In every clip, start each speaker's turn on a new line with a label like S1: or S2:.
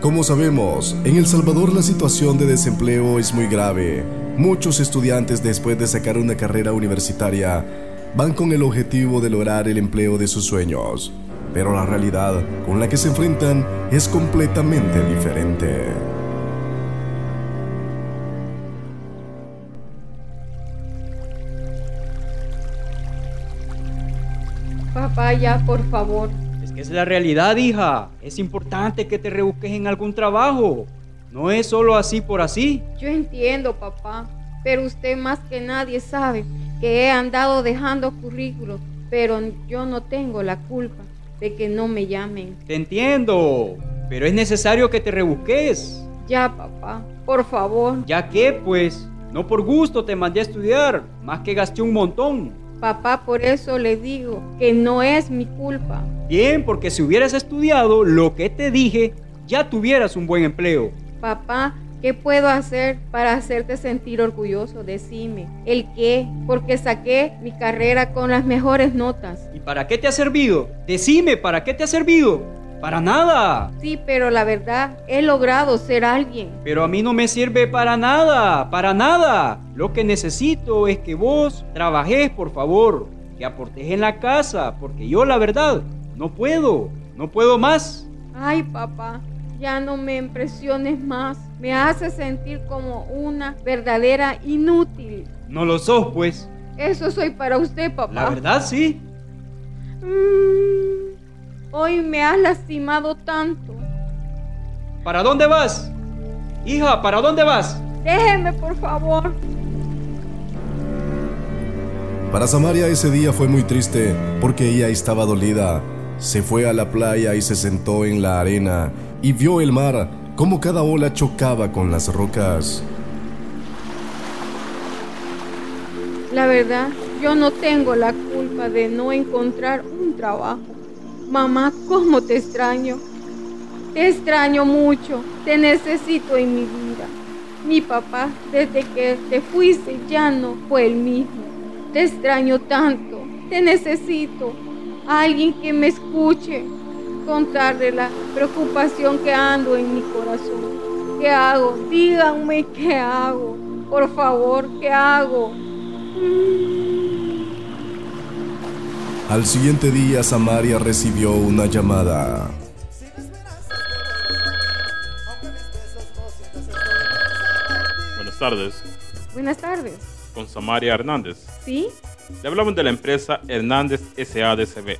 S1: Como sabemos, en El Salvador la situación de desempleo es muy grave. Muchos estudiantes después de sacar una carrera universitaria van con el objetivo de lograr el empleo de sus sueños, pero la realidad con la que se enfrentan es completamente diferente.
S2: Papá, ya, por favor.
S3: Es que es la realidad, hija. Es importante que te rebusques en algún trabajo. No es solo así por así.
S2: Yo entiendo, papá, pero usted más que nadie sabe que he andado dejando currículos, pero yo no tengo la culpa de que no me llamen.
S3: Te entiendo, pero es necesario que te rebusques.
S2: Ya, papá, por favor.
S3: Ya que, pues, no por gusto te mandé a estudiar, más que gasté un montón.
S2: Papá, por eso le digo que no es mi culpa.
S3: Bien, porque si hubieras estudiado lo que te dije, ya tuvieras un buen empleo.
S2: Papá, ¿qué puedo hacer para hacerte sentir orgulloso? Decime, ¿el qué? Porque saqué mi carrera con las mejores notas.
S3: ¿Y para qué te ha servido? Decime, ¿para qué te ha servido? Para nada.
S2: Sí, pero la verdad, he logrado ser alguien.
S3: Pero a mí no me sirve para nada, para nada. Lo que necesito es que vos trabajes, por favor, que aportes en la casa, porque yo la verdad no puedo, no puedo más.
S2: Ay, papá, ya no me impresiones más. Me hace sentir como una verdadera inútil.
S3: No lo sos, pues.
S2: Eso soy para usted, papá.
S3: La verdad, sí.
S2: Mm, hoy me has lastimado tanto.
S3: ¿Para dónde vas? Hija, ¿para dónde vas?
S2: Déjeme, por favor.
S1: Para Samaria ese día fue muy triste porque ella estaba dolida. Se fue a la playa y se sentó en la arena y vio el mar como cada ola chocaba con las rocas.
S2: La verdad, yo no tengo la culpa de no encontrar un trabajo. Mamá, ¿cómo te extraño? Te extraño mucho, te necesito en mi vida. Mi papá, desde que te fuiste, ya no fue el mismo. Te extraño tanto, te necesito. Alguien que me escuche, contar de la preocupación que ando en mi corazón. ¿Qué hago? Díganme qué hago. Por favor, ¿qué hago?
S1: Al siguiente día, Samaria recibió una llamada.
S4: Buenas tardes,
S2: Buenas tardes.
S4: con Samaria Hernández.
S2: ¿Sí?
S4: Le hablamos de la empresa Hernández SADCB.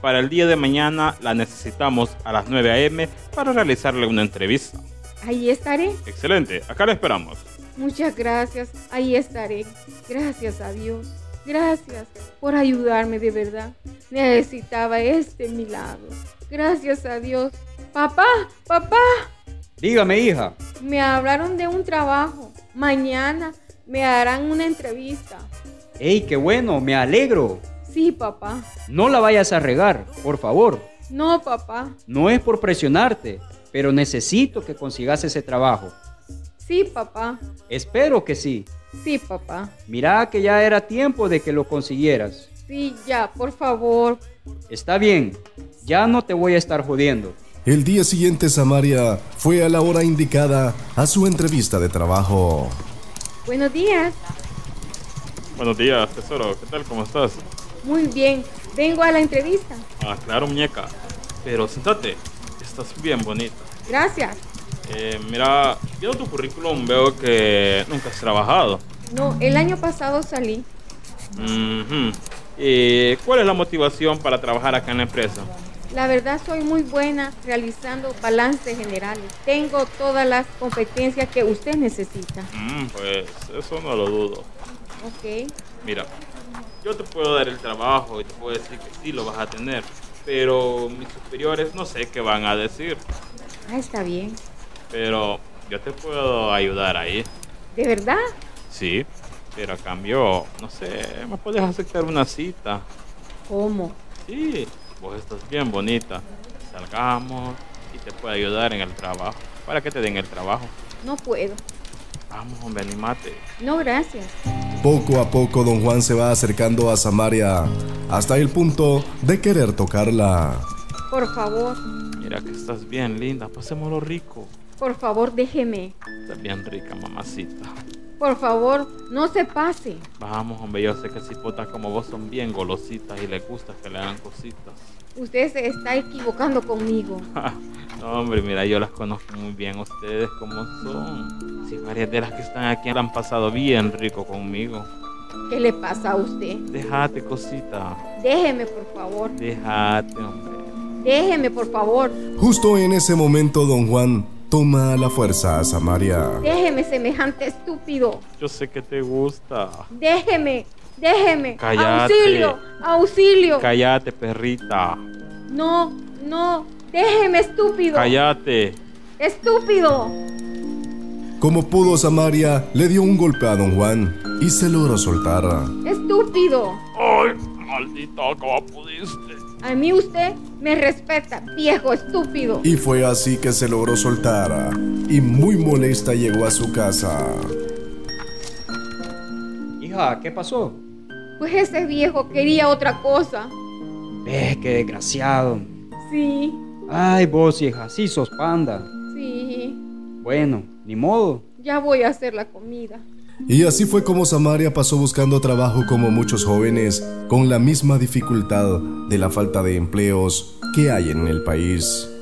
S4: Para el día de mañana la necesitamos a las 9 a.m. para realizarle una entrevista.
S2: Ahí estaré.
S4: Excelente, acá la esperamos.
S2: Muchas gracias. Ahí estaré. Gracias a Dios. Gracias por ayudarme de verdad. Necesitaba este milagro. Gracias a Dios. Papá, papá.
S3: Dígame, hija.
S2: Me hablaron de un trabajo. Mañana me harán una entrevista.
S3: ¡Ey, qué bueno! Me alegro.
S2: Sí, papá.
S3: No la vayas a regar, por favor.
S2: No, papá.
S3: No es por presionarte, pero necesito que consigas ese trabajo.
S2: Sí, papá.
S3: Espero que sí.
S2: Sí, papá.
S3: Mirá que ya era tiempo de que lo consiguieras.
S2: Sí, ya, por favor.
S3: Está bien, ya no te voy a estar jodiendo.
S1: El día siguiente, Samaria fue a la hora indicada a su entrevista de trabajo.
S2: Buenos días.
S4: Buenos días, tesoro. ¿Qué tal? ¿Cómo estás?
S2: Muy bien. Vengo a la entrevista.
S4: Ah, claro, muñeca. Pero sentate, estás bien bonita.
S2: Gracias.
S4: Eh, mira, viendo tu currículum veo que nunca has trabajado.
S2: No, el año pasado salí.
S4: Ujú. ¿Y cuál es la motivación para trabajar acá en la empresa?
S2: La verdad soy muy buena realizando balances generales. Tengo todas las competencias que usted necesita.
S4: Mm, pues eso no lo dudo.
S2: Ok.
S4: Mira, yo te puedo dar el trabajo y te puedo decir que sí lo vas a tener, pero mis superiores no sé qué van a decir,
S2: Ah, está bien.
S4: pero yo te puedo ayudar ahí.
S2: ¿De verdad?
S4: Sí, pero a cambio, no sé, me puedes aceptar una cita.
S2: ¿Cómo?
S4: Sí, vos estás bien bonita. Salgamos y te puedo ayudar en el trabajo, para que te den el trabajo.
S2: No puedo.
S4: Vamos, hombre, animate.
S2: No, gracias.
S1: Poco a poco don Juan se va acercando a Samaria, hasta el punto de querer tocarla.
S2: Por favor,
S4: Mira que estás bien linda, pasémoslo rico.
S2: por favor, déjeme.
S4: Estás bien rica, mamacita.
S2: Por favor, no se pase.
S4: Vamos, hombre, yo sé que cipotas como vos son bien golositas y les gusta que le hagan cositas.
S2: Usted se está equivocando conmigo.
S4: No, hombre, mira, yo las conozco muy bien ustedes como son. Si varias de las que están aquí la han pasado bien rico conmigo.
S2: ¿Qué le pasa a usted?
S4: Déjate, cosita.
S2: Déjeme, por favor.
S4: Déjate, hombre.
S2: Déjeme, por favor.
S1: Justo en ese momento don Juan toma a la fuerza a Samaria.
S2: Déjeme, semejante estúpido.
S4: Yo sé que te gusta.
S2: Déjeme, déjeme.
S4: Cállate.
S2: Auxilio, auxilio.
S4: Cállate, perrita.
S2: no, no. Déjeme, estúpido.
S4: Cállate.
S2: Estúpido.
S1: Como pudo Samaria le dio un golpe a don Juan y se logró soltar.
S2: Estúpido.
S4: Ay, maldita, ¿cómo pudiste?
S2: A mí usted me respeta, viejo estúpido.
S1: Y fue así que se logró soltar y muy molesta llegó a su casa.
S3: Hija, ¿qué pasó?
S2: Pues ese viejo quería otra cosa.
S3: Ves, qué desgraciado.
S2: Sí,
S3: Ay, vos, hija, sí sos panda.
S2: sí.
S3: Bueno, ni modo.
S2: Ya voy a hacer la comida.
S1: Y así fue como Samaria pasó buscando trabajo como muchos jóvenes, con la misma dificultad de la falta de empleos que hay en el país.